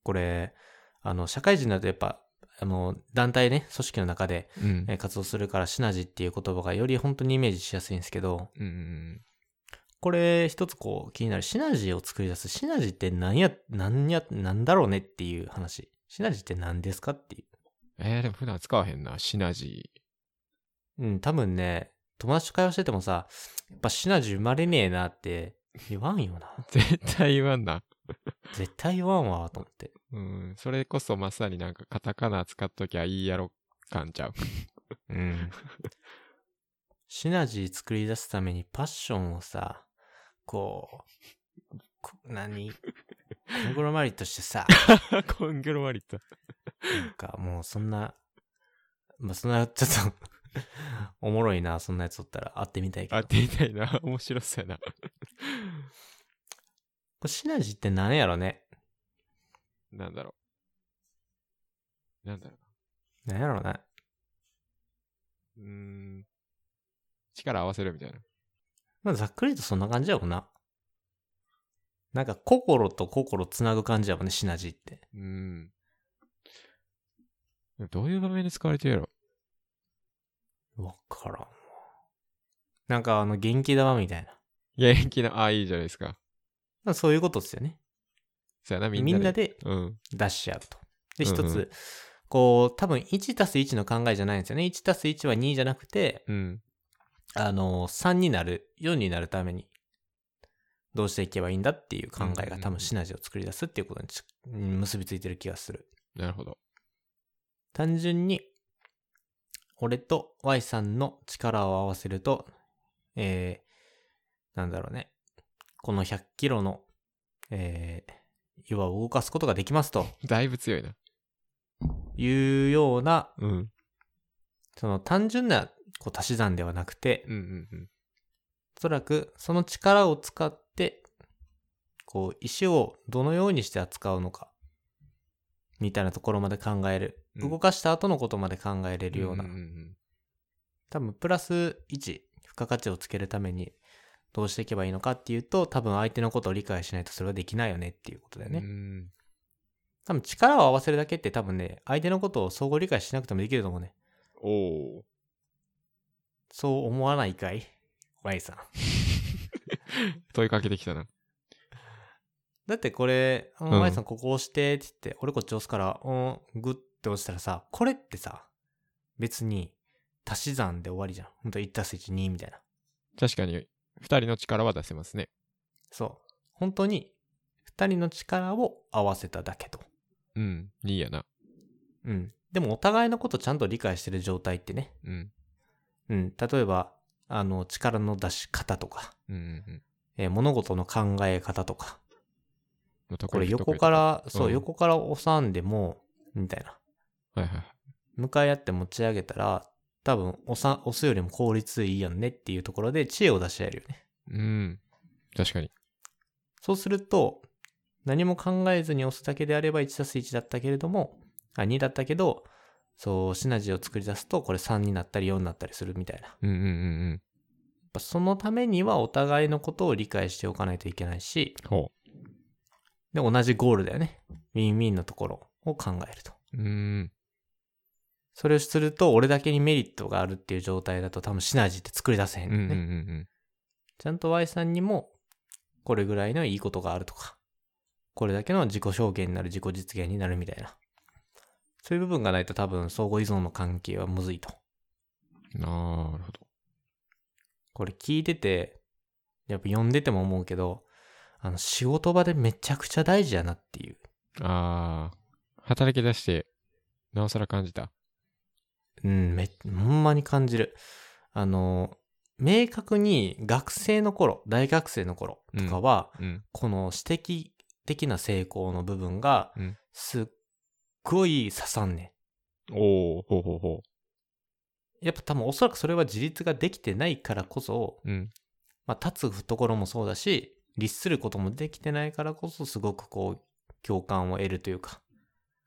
Speaker 2: これ、あの、社会人だとやっぱ、あの、団体ね、組織の中で
Speaker 1: うん
Speaker 2: えー活動するからシナジーっていう言葉がより本当にイメージしやすいんですけど、
Speaker 1: うんうん
Speaker 2: これ一つこう気になるシナジーを作り出す。シナジーって何や、何や、何だろうねっていう話。シナジーって何ですかってい
Speaker 1: うん。えー、でも普段使わへんな、シナジ
Speaker 2: う。うん、多分ね、友達と会話しててもさ、やっぱシナジー生まれねえなって言わんよな。
Speaker 1: ー。 絶対言わんな。
Speaker 2: 絶対言わんわ、と思って。
Speaker 1: うん。それこそまさになんかカタカナ使っときゃいいやろ感ちゃう。
Speaker 2: うん。シナジー作り出すためにパッションをさ、こう、こ何コングロマリとしてさ、
Speaker 1: コングロマリット。
Speaker 2: なんかもうそんな、まあ、そんな、ちょっと、 おもろいな、そんなやつおったら会ってみたいけど。
Speaker 1: あってみたいな。 面白そうやな。
Speaker 2: これシナジーって何やろね
Speaker 1: なんだろう。なんだろ
Speaker 2: 何やろね
Speaker 1: う。うーん。力合わせるみたいな。
Speaker 2: まあ、ざっくりとそんな感じやもんな。なんか心と心つなぐ感じやもんね、シナジーって。
Speaker 1: うん。でもどういう場面で使われてるやろ
Speaker 2: わからんわ。なんかあの、元気玉みたいな。
Speaker 1: 元気な、あ、いいじゃないですか。
Speaker 2: まあ、そういうことっすよね。
Speaker 1: そうやな、み
Speaker 2: み
Speaker 1: ん
Speaker 2: ん
Speaker 1: なで。
Speaker 2: な
Speaker 1: う
Speaker 2: で
Speaker 1: ん。
Speaker 2: 出し合うと。で、
Speaker 1: うんう
Speaker 2: 一
Speaker 1: ん
Speaker 2: つ、こう、多分1たす1の考えじゃないんですよね。1たす1は2じゃなくて、
Speaker 1: うん。
Speaker 2: あの、3になる、4になるために、どうしていけばいいんだっていう考えが多分シナジーを作り出すっていうことにちうん結びついてる気がする。
Speaker 1: なるほど。
Speaker 2: 単純に、俺と Y さんの力を合わせると、えー、なんだろうね。この100キロの、えー、岩を動かすことができますと
Speaker 1: だいぶ強いな。
Speaker 2: いうような、
Speaker 1: うん。
Speaker 2: その単純なこう足し算ではなくて
Speaker 1: うん、うんうん。
Speaker 2: おそらくその力を使って、こう、石をどのようにして扱うのか、みたいなところまで考える。
Speaker 1: うん
Speaker 2: 動かした後のことまで考えれるような、
Speaker 1: んんん
Speaker 2: 多分プラス1、付加価値をつけるためにどうしていけばいいのかっていうと、多分相手のことを理解しないとそれはできないよねっていうことだよね。
Speaker 1: うん
Speaker 2: 多分力を合わせるだけって多分ね、相手のことを相互理解しなくてもできると思うね。
Speaker 1: おお。
Speaker 2: そう思わないかい ?Y さん。
Speaker 1: 問いかけてきたな。
Speaker 2: だってこれ、あ
Speaker 1: うん
Speaker 2: の Y さんここ押してって言って、俺こっち押すから、うん、グッて押したらさ、これってさ、別に足し算で終わりじゃん。ほんと1たす1、2みたいな。
Speaker 1: 確かに、二人の力は出せますね。
Speaker 2: そう。本当に、二人の力を合わせただけと。
Speaker 1: うん。いいやな。
Speaker 2: うん。でもお互いのことちゃんと理解してる状態ってね。
Speaker 1: うん。
Speaker 2: うん。例えば、あの、力の出し方とか、
Speaker 1: うんうんうん。
Speaker 2: えー物事の考え方とか、
Speaker 1: もう
Speaker 2: こ
Speaker 1: 得
Speaker 2: れ
Speaker 1: 意不得意
Speaker 2: 横から、そう、
Speaker 1: うん
Speaker 2: 横から押さんでも、みたいな。
Speaker 1: はいはいはい。
Speaker 2: 向かい合って持ち上げたら、多分押さ、押すよりも効率いいやんねっていうところで知恵を出し合えるよね。
Speaker 1: うん。確かに。
Speaker 2: そうすると、何も考えずに押すだけであれば1たす1だったけれども、あ、2だったけど、そう、シナジーを作り出すと、これ3になったり4になったりするみたいな。やっ
Speaker 1: うんうんうんうん。
Speaker 2: ぱそのためにはお互いのことを理解しておかないといけないし、
Speaker 1: ほ
Speaker 2: で、同じゴールだよね。ウィンウィンのところを考えると。
Speaker 1: う。うーん。
Speaker 2: それをすると、俺だけにメリットがあるっていう状態だと多分シナジーって作り出せへん
Speaker 1: うん
Speaker 2: ね。
Speaker 1: うんうんうん。
Speaker 2: ちゃんと Y さんにも、これぐらいのいいことがあるとか、これだけの自己証言になる、自己実現になるみたいな。そういう部分がないと多分相互依存の関係はむずいと。
Speaker 1: なるほど。
Speaker 2: これ聞いてて、やっぱ読んでても思うけど、あの、仕事場でめちゃくちゃ大事やなっていう。
Speaker 1: ああ。働き出して、なおさら感じた。
Speaker 2: うん、め、ほんまに感じる。あの、明確に学生の頃、大学生の頃とかは、
Speaker 1: うん。
Speaker 2: この私的的な成功の部分が
Speaker 1: うん、
Speaker 2: すっごい刺さんね
Speaker 1: おおほうほうほ
Speaker 2: ん。やっぱ多分おそらくそれは自立ができてないからこそ、
Speaker 1: う。うん。
Speaker 2: まあ立つところもそうだし、律することもできてないからこそすごくこう共感を得るというか。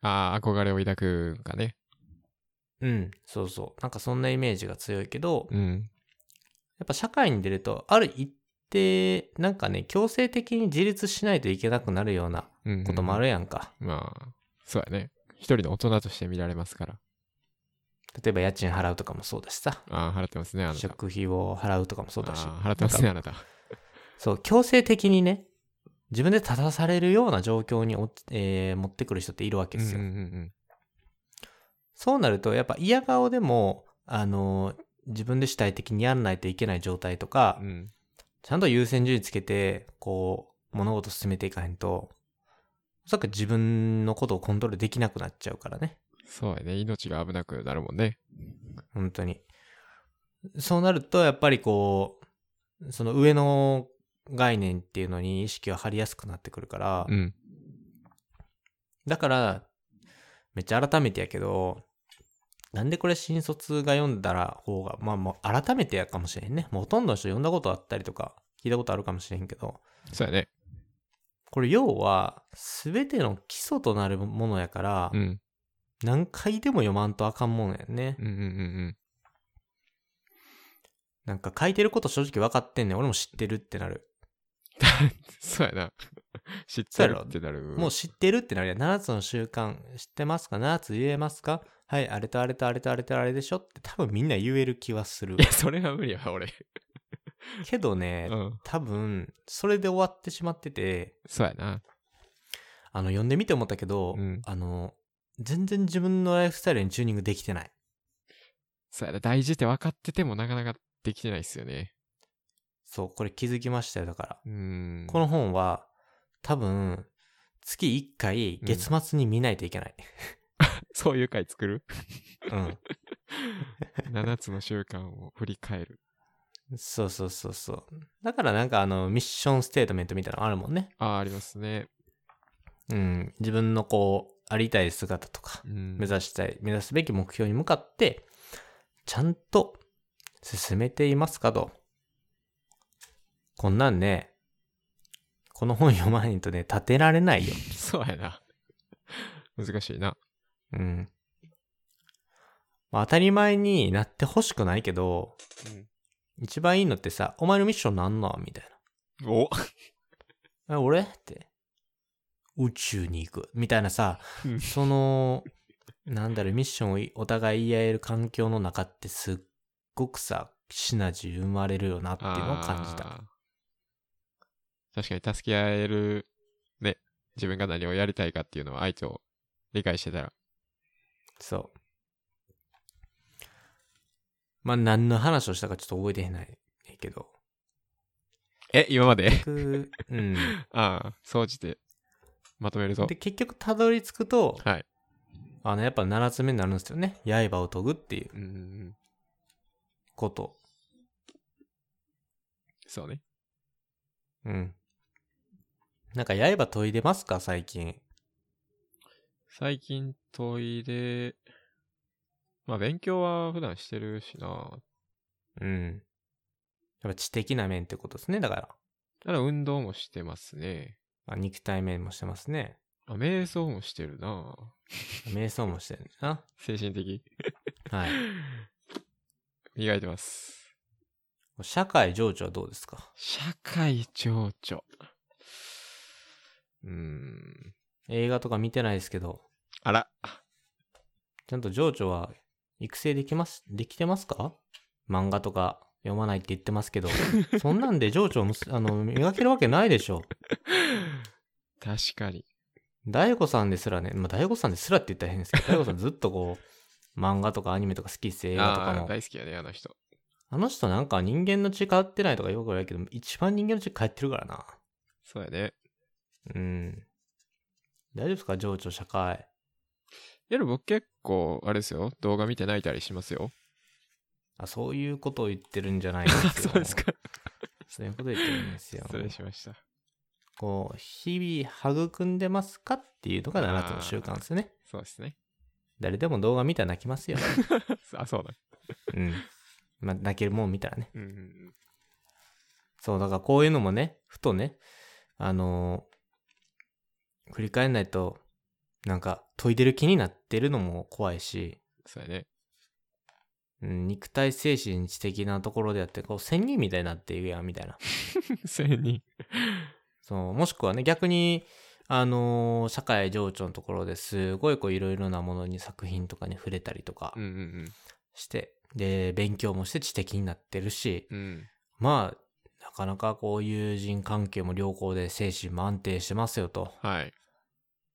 Speaker 1: ああ、憧れを抱くんかね。
Speaker 2: うん、そうそう。なんかそんなイメージが強いけど、や
Speaker 1: うん。
Speaker 2: っぱ社会に出ると、ある一定、なんかね、強制的に自立しないといけなくなるような
Speaker 1: うん、うん。
Speaker 2: こともあ
Speaker 1: る。
Speaker 2: るやんか。
Speaker 1: まあ、そうやね。一人の大人として見られますから。
Speaker 2: 例えば家賃払うとかもそうだしさ。
Speaker 1: ああ、払ってますね、あなた。
Speaker 2: 食費を払うとかもそうだし。
Speaker 1: あー払ってますね、あなた。
Speaker 2: そう、強制的にね、自分で立たされるような状況にお、えー持ってくる人っているわけですよ。
Speaker 1: うんうんうん
Speaker 2: そうなると、やっぱ嫌顔でも、あのー自分で主体的にやんないといけない状態とか、
Speaker 1: うんうん。
Speaker 2: ちゃんと優先順位つけて、こう、物事進めていかへんと、おそらく自分のことをコントロールできなくなっちゃうからね。
Speaker 1: そうやね。命が危なくなるもんね。
Speaker 2: 本当に。そうなると、やっぱりこう、その上の概念っていうのに意識が張りやすくなってくるから、
Speaker 1: うん。
Speaker 2: だから、めっちゃ改めてやけど、なんでこれ新卒が読んだら方が、まあもう改めてやかもしれんね。もうほとんどの人読んだことあったりとか、聞いたことあるかもしれんけど、
Speaker 1: そうやね。
Speaker 2: これ要は、すべての基礎となるものやから、
Speaker 1: うん。
Speaker 2: 何回でも読まんとあかんものやね。
Speaker 1: うんうんうん
Speaker 2: なんか書いてること正直分かってんねん。俺も知ってるってなる。
Speaker 1: うん。 そうやな。知ってるってなる。
Speaker 2: も う知ってるってなるやん。7つの習慣知ってますか ?7 つ言えますかはい、あれとあれとあれとあれとあれでしょって多分みんな言える気はする
Speaker 1: い。や、それは無理やわ、俺。
Speaker 2: けどね、
Speaker 1: うん。
Speaker 2: 多分それで終わってしまってて
Speaker 1: そうやな。
Speaker 2: あの読んでみて思ったけど、
Speaker 1: うん
Speaker 2: あの全然自分のライフスタイルにチューニングできてない
Speaker 1: そうやな。大事って分かっててもなかなかできてないっすよね。
Speaker 2: そうこれ気づきましたよだから、
Speaker 1: うん。
Speaker 2: この本は多分月1回月末に見ないといけない、
Speaker 1: そういう回作る
Speaker 2: うん、
Speaker 1: ?7 つの習慣を振り返る。
Speaker 2: そうそうそうそうだからなんかあのミッションステートメントみたいなのあるもんね、
Speaker 1: ああ、ありますね。
Speaker 2: うん、自分のこうありたい姿とか
Speaker 1: うん。
Speaker 2: 目指したい目指すべき目標に向かってちゃんと進めていますかとこんなんね、この本読まないとね、立てられないよ。
Speaker 1: そうやな。 難しいな。
Speaker 2: うん。まあ、当たり前になってほしくないけど、一番いいのってさ、お前のミッションなんなんみたい
Speaker 1: お
Speaker 2: な。え、俺って。宇宙に行く。みたいなさ
Speaker 1: う、ん
Speaker 2: その、なんだろう、ミッションをいお互い言い合える環境の中ってすっごくさ、シナジー生まれるよなっていうのを感じた。
Speaker 1: あー確かに助け合える、ね、自分が何をやりたいかっていうのは相手を理解してたら。
Speaker 2: そう。まあ、何の話をしたかちょっと覚えてへんないけど。
Speaker 1: え、今まで
Speaker 2: 僕うん。
Speaker 1: ああ、総じて、まとめるぞ
Speaker 2: で、。結局たどり着くと、
Speaker 1: はい。
Speaker 2: あの、やっぱ7つ目になるんですよね。刃を研ぐっていう
Speaker 1: うんうんうん。
Speaker 2: こと。
Speaker 1: そうね。
Speaker 2: うん。なんか、刃研いでますか最近。
Speaker 1: 最近問いで、まあ勉強は普段してるしな。
Speaker 2: うん。やっぱ知的な面ってことですね。だから、
Speaker 1: ただ運動もしてますね。
Speaker 2: まあ、肉体面もしてます ね。
Speaker 1: あ、瞑想もしてるな。
Speaker 2: 瞑想もしてるな。
Speaker 1: 精神的。
Speaker 2: はい。
Speaker 1: 磨いてます。
Speaker 2: 社会情緒はどうですか
Speaker 1: 社会情緒。うーん。
Speaker 2: 映画とか見てないですけど、
Speaker 1: あら。
Speaker 2: ちゃんと情緒は育成できます、できてますか漫画とか読まないって言ってます けど、そんなんで情緒をむすあの磨けるわけないでしょ。
Speaker 1: 確かに。
Speaker 2: 大悟さんですらね、まあ、大悟さんですらって言ったら変ですけど、大悟さんずっとこう、漫画とかアニメとか好きっすよ映画とか
Speaker 1: ああー、
Speaker 2: も。
Speaker 1: 大好きやね、あの人。
Speaker 2: あの人なんか人間の血変わってないとかよく言われるけど、一番人間の血変ってるからな。
Speaker 1: そうやね。
Speaker 2: うん。大丈夫ですか情緒社会。
Speaker 1: いや、でも僕結構、あれですよ。動画見て泣いたりしますよ。
Speaker 2: あ、そういうことを言ってるんじゃないんですよ。
Speaker 1: そうです。か。
Speaker 2: そういうこと言ってるんですよ。
Speaker 1: 失礼しました。
Speaker 2: こう、日々育んでますかっていうのが7つの習慣ですよね。
Speaker 1: そうですね。
Speaker 2: 誰でも動画見たら泣 きますよ。
Speaker 1: あ、そうだ。
Speaker 2: うん。まあ、泣けるもん見たらね。
Speaker 1: うんうんうん。
Speaker 2: そう、だからこういうのもね、ふとね、あのー振り返んないと、なんか、研いでる気になってるのも怖いし、
Speaker 1: そうやね。
Speaker 2: うん、肉体、精神、知的なところであって、こう、千人みたいになっているやん、みたいな。
Speaker 1: それに。
Speaker 2: そう、もしくはね、逆に、あのー社会情緒のところですごいこう、いろいろなものに作品とかに触れたりとか
Speaker 1: うんうん
Speaker 2: して、で、勉強もして知的になってるし、
Speaker 1: うん。うん。
Speaker 2: まあ、なかなかこう、友人関係も良好で精神も安定してますよと。
Speaker 1: はい。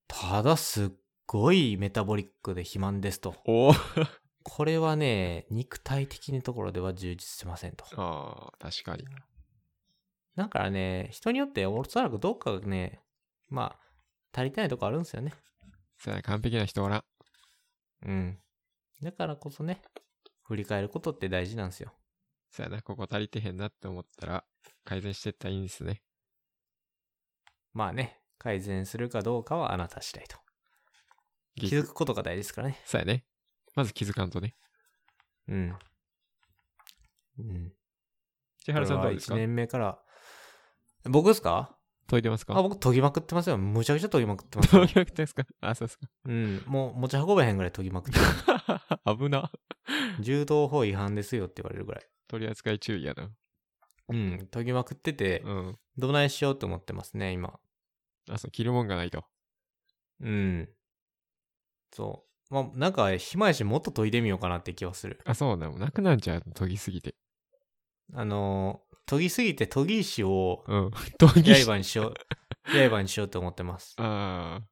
Speaker 2: ただすっごいメタボリックで肥満ですと。
Speaker 1: おお。
Speaker 2: これはね、肉体的なところでは充実してませんと。
Speaker 1: ああ、確かに。
Speaker 2: だからね、人によっておそらくどっかがね、まあ、足りてないとこあるんですよね。
Speaker 1: そうやね、完璧な人おらん。
Speaker 2: うん。だからこそね、振り返ることって大事なんですよ。
Speaker 1: そうやな、ここ足りてへんなって思ったら、改善してったらいいんですね。
Speaker 2: まあね、改善するかどうかはあなた次第と。
Speaker 1: 気
Speaker 2: 気づくことが大事ですからね。
Speaker 1: そうやね。まず気づかんとね。
Speaker 2: うん。うん。
Speaker 1: 千原さんどうです
Speaker 2: こ
Speaker 1: か
Speaker 2: れは1年目から。僕ですか
Speaker 1: 研いでますか
Speaker 2: あ、僕研ぎまくってますよ。むちゃくちゃ研ぎまくってます
Speaker 1: どうい
Speaker 2: よ
Speaker 1: う。わけですかあ、そうです
Speaker 2: うん、もう持ち運べへんぐらい研ぎまくってる
Speaker 1: か。 危な。
Speaker 2: 柔道法違反ですよって言われるぐらい。
Speaker 1: 取り扱い注意やな。
Speaker 2: うん、研ぎまくってて、
Speaker 1: うん。
Speaker 2: どないしようと思ってますね、今。
Speaker 1: あ、そう、着るもんがないと。
Speaker 2: うん。そう。まあ、なんか、暇やし、もっと研いでみようかなって気はする。
Speaker 1: あ、そうなの。なくなんちゃう研ぎすぎて。
Speaker 2: あのー、研ぎすぎて研ぎ石を
Speaker 1: うん。研ぎし
Speaker 2: 刃にしよう、 刃にしようと思ってます。
Speaker 1: あ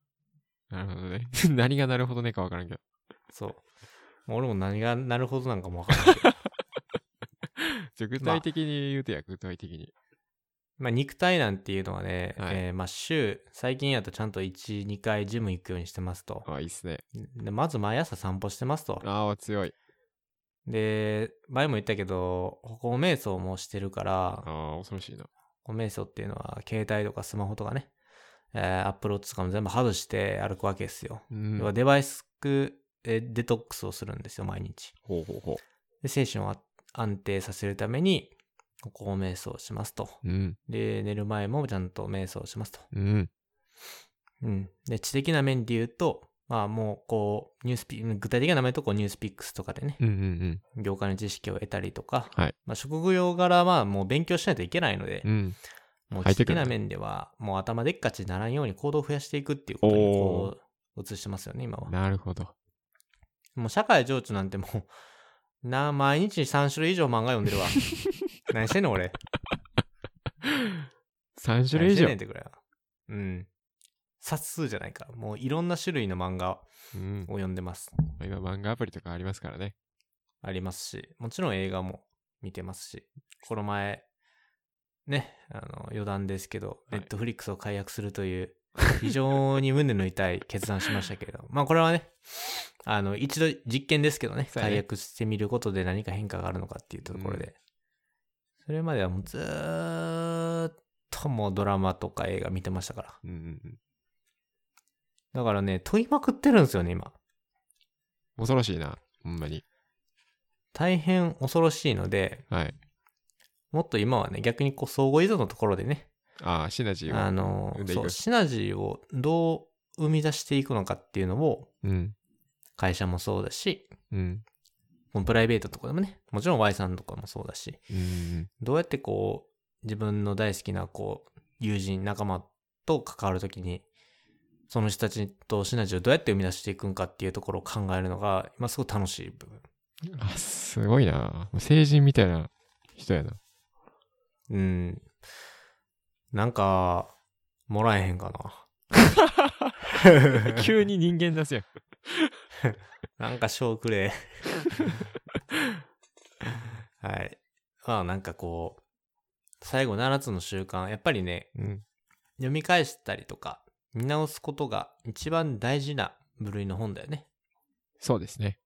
Speaker 1: あ。なるほどね。 何がなるほどねかわからんけど。
Speaker 2: そう。もう俺も何がなるほどなんかもわからない。
Speaker 1: じゃあ具体的に言うてや、具体的に。
Speaker 2: まあ、肉体なんていうのはね、
Speaker 1: はい
Speaker 2: えーまあ、週、最近やとちゃんと1、2回ジム行くようにしてますと。
Speaker 1: あ、いいっすね。
Speaker 2: でまず毎朝散歩してますと。
Speaker 1: ああ、強い。
Speaker 2: で、前も言ったけど、歩行瞑想もしてるから、
Speaker 1: ああ、恐ろしいな。
Speaker 2: 歩行瞑想っていうのは、携帯とかスマホとかね、えー、Apple Watch とかも全部外して歩くわけですよ。
Speaker 1: うん
Speaker 2: 要はデバイスク、えーデトックスをするんですよ、毎日。
Speaker 1: ほうほうほう。
Speaker 2: で、精神を安定させるために、ここを瞑想しますと。
Speaker 1: うん。
Speaker 2: で、寝る前もちゃんと瞑想しますと。
Speaker 1: うん。
Speaker 2: うん。で、知的な面で言うと、まあもうこう、ニュースピ、具体的な名前とこうニュースピックスとかでね、
Speaker 1: うん。うん。
Speaker 2: 業界の知識を得たりとか、
Speaker 1: はい
Speaker 2: まあ職業柄はもう勉強しないといけないので、
Speaker 1: うん。
Speaker 2: もう
Speaker 1: 入っ
Speaker 2: 知
Speaker 1: てく
Speaker 2: 的
Speaker 1: るね
Speaker 2: な面では、もう頭でっかちにならんように行動を増やしていくっていうことにこう、移してますよね、今は。
Speaker 1: なるほど。
Speaker 2: もう社会情緒なんてもう、 なあ、毎日3種類以上漫画読んでるわ。何してんの俺。
Speaker 1: 3種類以
Speaker 2: 何して
Speaker 1: 上
Speaker 2: んねんっ。てくらい。うん。冊数じゃないから。もういろんな種類の漫画を
Speaker 1: うん。
Speaker 2: 読んでます。
Speaker 1: まあ今、漫画アプリとかありますからね。
Speaker 2: ありますし、もちろん映画も見てますし、この前、ね、あの、余談ですけど、
Speaker 1: は
Speaker 2: ネ
Speaker 1: い
Speaker 2: ットフリックスを解約するという、非常に胸の 痛い決断しましたけれども、まあこれはね、あの、一度実験ですけどね、
Speaker 1: そうやね
Speaker 2: 解約してみることで何か変化があるのかっていうところで、それまではもうずーっともうドラマとか映画見てましたから。
Speaker 1: うんうんうん。
Speaker 2: だからね、問いまくってるんですよね、今。
Speaker 1: 恐ろしいな。ほんまに。
Speaker 2: 大変恐ろしいので、
Speaker 1: はい。
Speaker 2: もっと今はね、逆にこう、相互依存のところでね、
Speaker 1: ああ、シナジー
Speaker 2: あ
Speaker 1: を。
Speaker 2: の
Speaker 1: 生んでいく
Speaker 2: そうシナジーをどう生み出していくのかっていうのを
Speaker 1: うん。
Speaker 2: 会社もそうだし
Speaker 1: うん。
Speaker 2: もうプライベートとかでもねもちろん Y さんとかもそうだし
Speaker 1: うんうん。
Speaker 2: どうやってこう自分の大好きなこう友人仲間と関わるときにその人たちとシナジーをどうやって生み出していくんかっていうところを考えるのが今すごい楽しい部分
Speaker 1: あ、すごいな。成人みたいな人やな。
Speaker 2: うんなんかもらえへんか な
Speaker 1: 急に人間出すやん。
Speaker 2: なんか賞 くれ。はい。まあなんかこう、最後7つの習慣、やっぱりね、
Speaker 1: うん。
Speaker 2: 読み返したりとか、見直すことが一番大事な部類の本だよね。
Speaker 1: そうですね。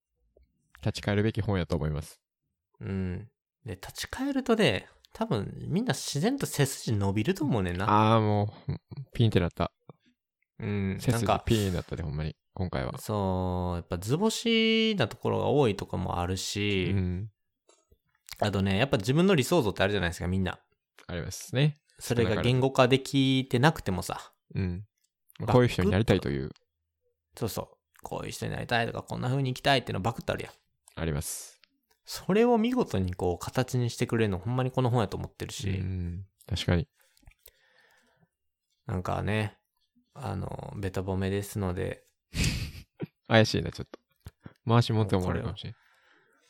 Speaker 1: 立ち返るべき本やと思います。
Speaker 2: うん。で、立ち返るとね、多分みんな自然と背筋伸びると思うねんな。
Speaker 1: ああ、もう、ピンってなった。
Speaker 2: うん。
Speaker 1: 背
Speaker 2: なん
Speaker 1: 筋
Speaker 2: か、
Speaker 1: ピンだったで、ほんまに。今回は。
Speaker 2: そう、やっぱ図星なところが多いとかもある
Speaker 1: う
Speaker 2: し、
Speaker 1: ん。
Speaker 2: あとね、やっぱ自分の理想像ってあるじゃないですか、みんな。
Speaker 1: ありますね。
Speaker 2: それが言語化できてなくてもさ、
Speaker 1: うん。
Speaker 2: バック
Speaker 1: こういう人になりたいという、
Speaker 2: そうそう。こういう人になりたいとか、こんな風に生きたいっていうのバクってあるやん。
Speaker 1: あります。
Speaker 2: それを見事にこう形にしてくれるの、ほんまにこの本やと思ってる
Speaker 1: う
Speaker 2: し、
Speaker 1: ん。確かに。
Speaker 2: なんかね、あの、ベタ褒めですので、
Speaker 1: 怪しいな、ちょっと。回しもんって思われるかもしれん。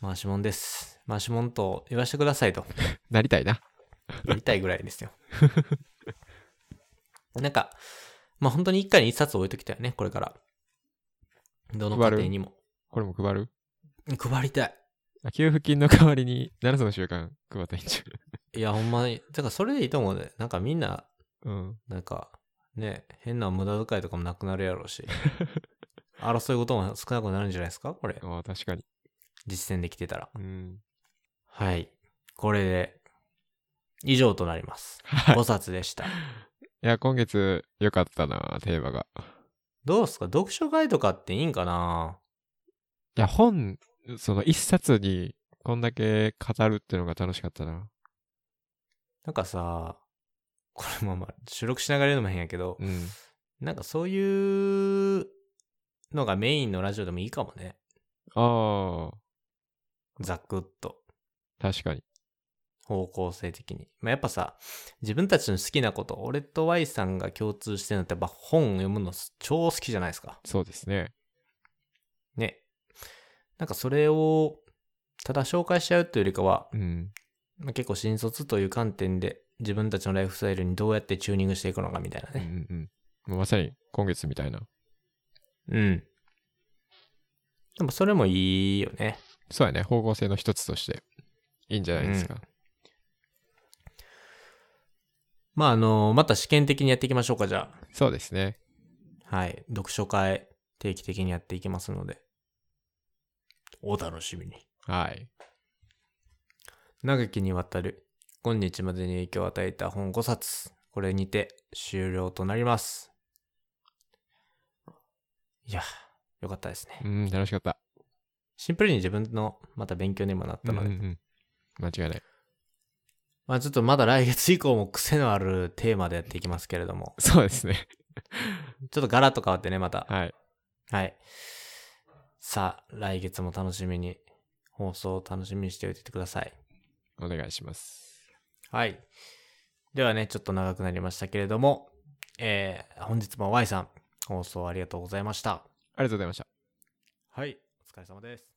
Speaker 2: 回しもんです。回しもんと言わせてく ださいと
Speaker 1: なりたいな。
Speaker 2: 言いたいぐらいですよ。 なんか、まあ本当に一回に一冊置いときたいよね、これから。どの家庭にも。
Speaker 1: これも配る
Speaker 2: 配りたい。
Speaker 1: あ給付金の代わりに7つの習慣配 ったらいいんちゃ
Speaker 2: いや、ほんまに、だからそれでいいと思うね。なんかみんな、
Speaker 1: ううん。
Speaker 2: なんか、ね、変な無駄遣いとかもなくなるやろうし、 争い事も少なくなるんじゃないですかこれ、
Speaker 1: ああ、確かに。
Speaker 2: 実践できてたら。
Speaker 1: うん。
Speaker 2: はい。これで、以上となります。
Speaker 1: はい。
Speaker 2: 5冊でした。
Speaker 1: いや、今月良かったな、テーマが。
Speaker 2: どうっすか読書会とかっていいんかない
Speaker 1: や、本、その一冊にこんだけ語るってのが楽しかったな。
Speaker 2: なんかさ、これもまあ収録しながら言うのも変やけど
Speaker 1: う、ん。
Speaker 2: なんかそういうのがメインのラジオでもいいかもね。
Speaker 1: ああ、
Speaker 2: ざくっと。
Speaker 1: 確かに。
Speaker 2: 方向性的に。まあ、やっぱさ、自分たちの好きなこと、俺と Y さんが共通してるのって、やっぱ本を読むの超好きじゃないですか。
Speaker 1: そうですね。
Speaker 2: ね。なんかそれを、ただ紹介しちゃうというよりかは、
Speaker 1: うん。
Speaker 2: まあ、結構新卒という観点で、自分たちのライフスタイルにどうやってチューニングしていくのかみたいな
Speaker 1: うんう
Speaker 2: ね。
Speaker 1: んうん。もうまさに今月みたいな。
Speaker 2: うん。でもそれもいいよね。
Speaker 1: そうやね。方向性の一つとしていいんじゃないですか。
Speaker 2: まあ、あの、また試験的にやっていきましょうか、じゃ
Speaker 1: そうですね。
Speaker 2: あ。はい。読書会、定期的にやっていきますので。お楽しみに。
Speaker 1: はい。
Speaker 2: 長きにわたる今日までに影響を与えた本5冊これにて終了となりますいやよかったですね
Speaker 1: うん、楽しかった。
Speaker 2: シンプルに自分のまた勉強にもなった
Speaker 1: うんう
Speaker 2: の
Speaker 1: んう
Speaker 2: で、
Speaker 1: ん。間違いない。
Speaker 2: まあちょっとまだ来月以降も癖のあるテーマでやっていきますけれども、
Speaker 1: そうですね。
Speaker 2: ちょっとガラッと変わってね、また。
Speaker 1: はい。
Speaker 2: はい。さあ、来月も楽しみに、放送を楽しみにしておいててください。
Speaker 1: お願いします。
Speaker 2: はい。ではね、ちょっと長くなりましたけれども、えー、本日も Y さん、放送ありがとうございました。
Speaker 1: ありがとうございました。
Speaker 2: はい、お疲れ様です。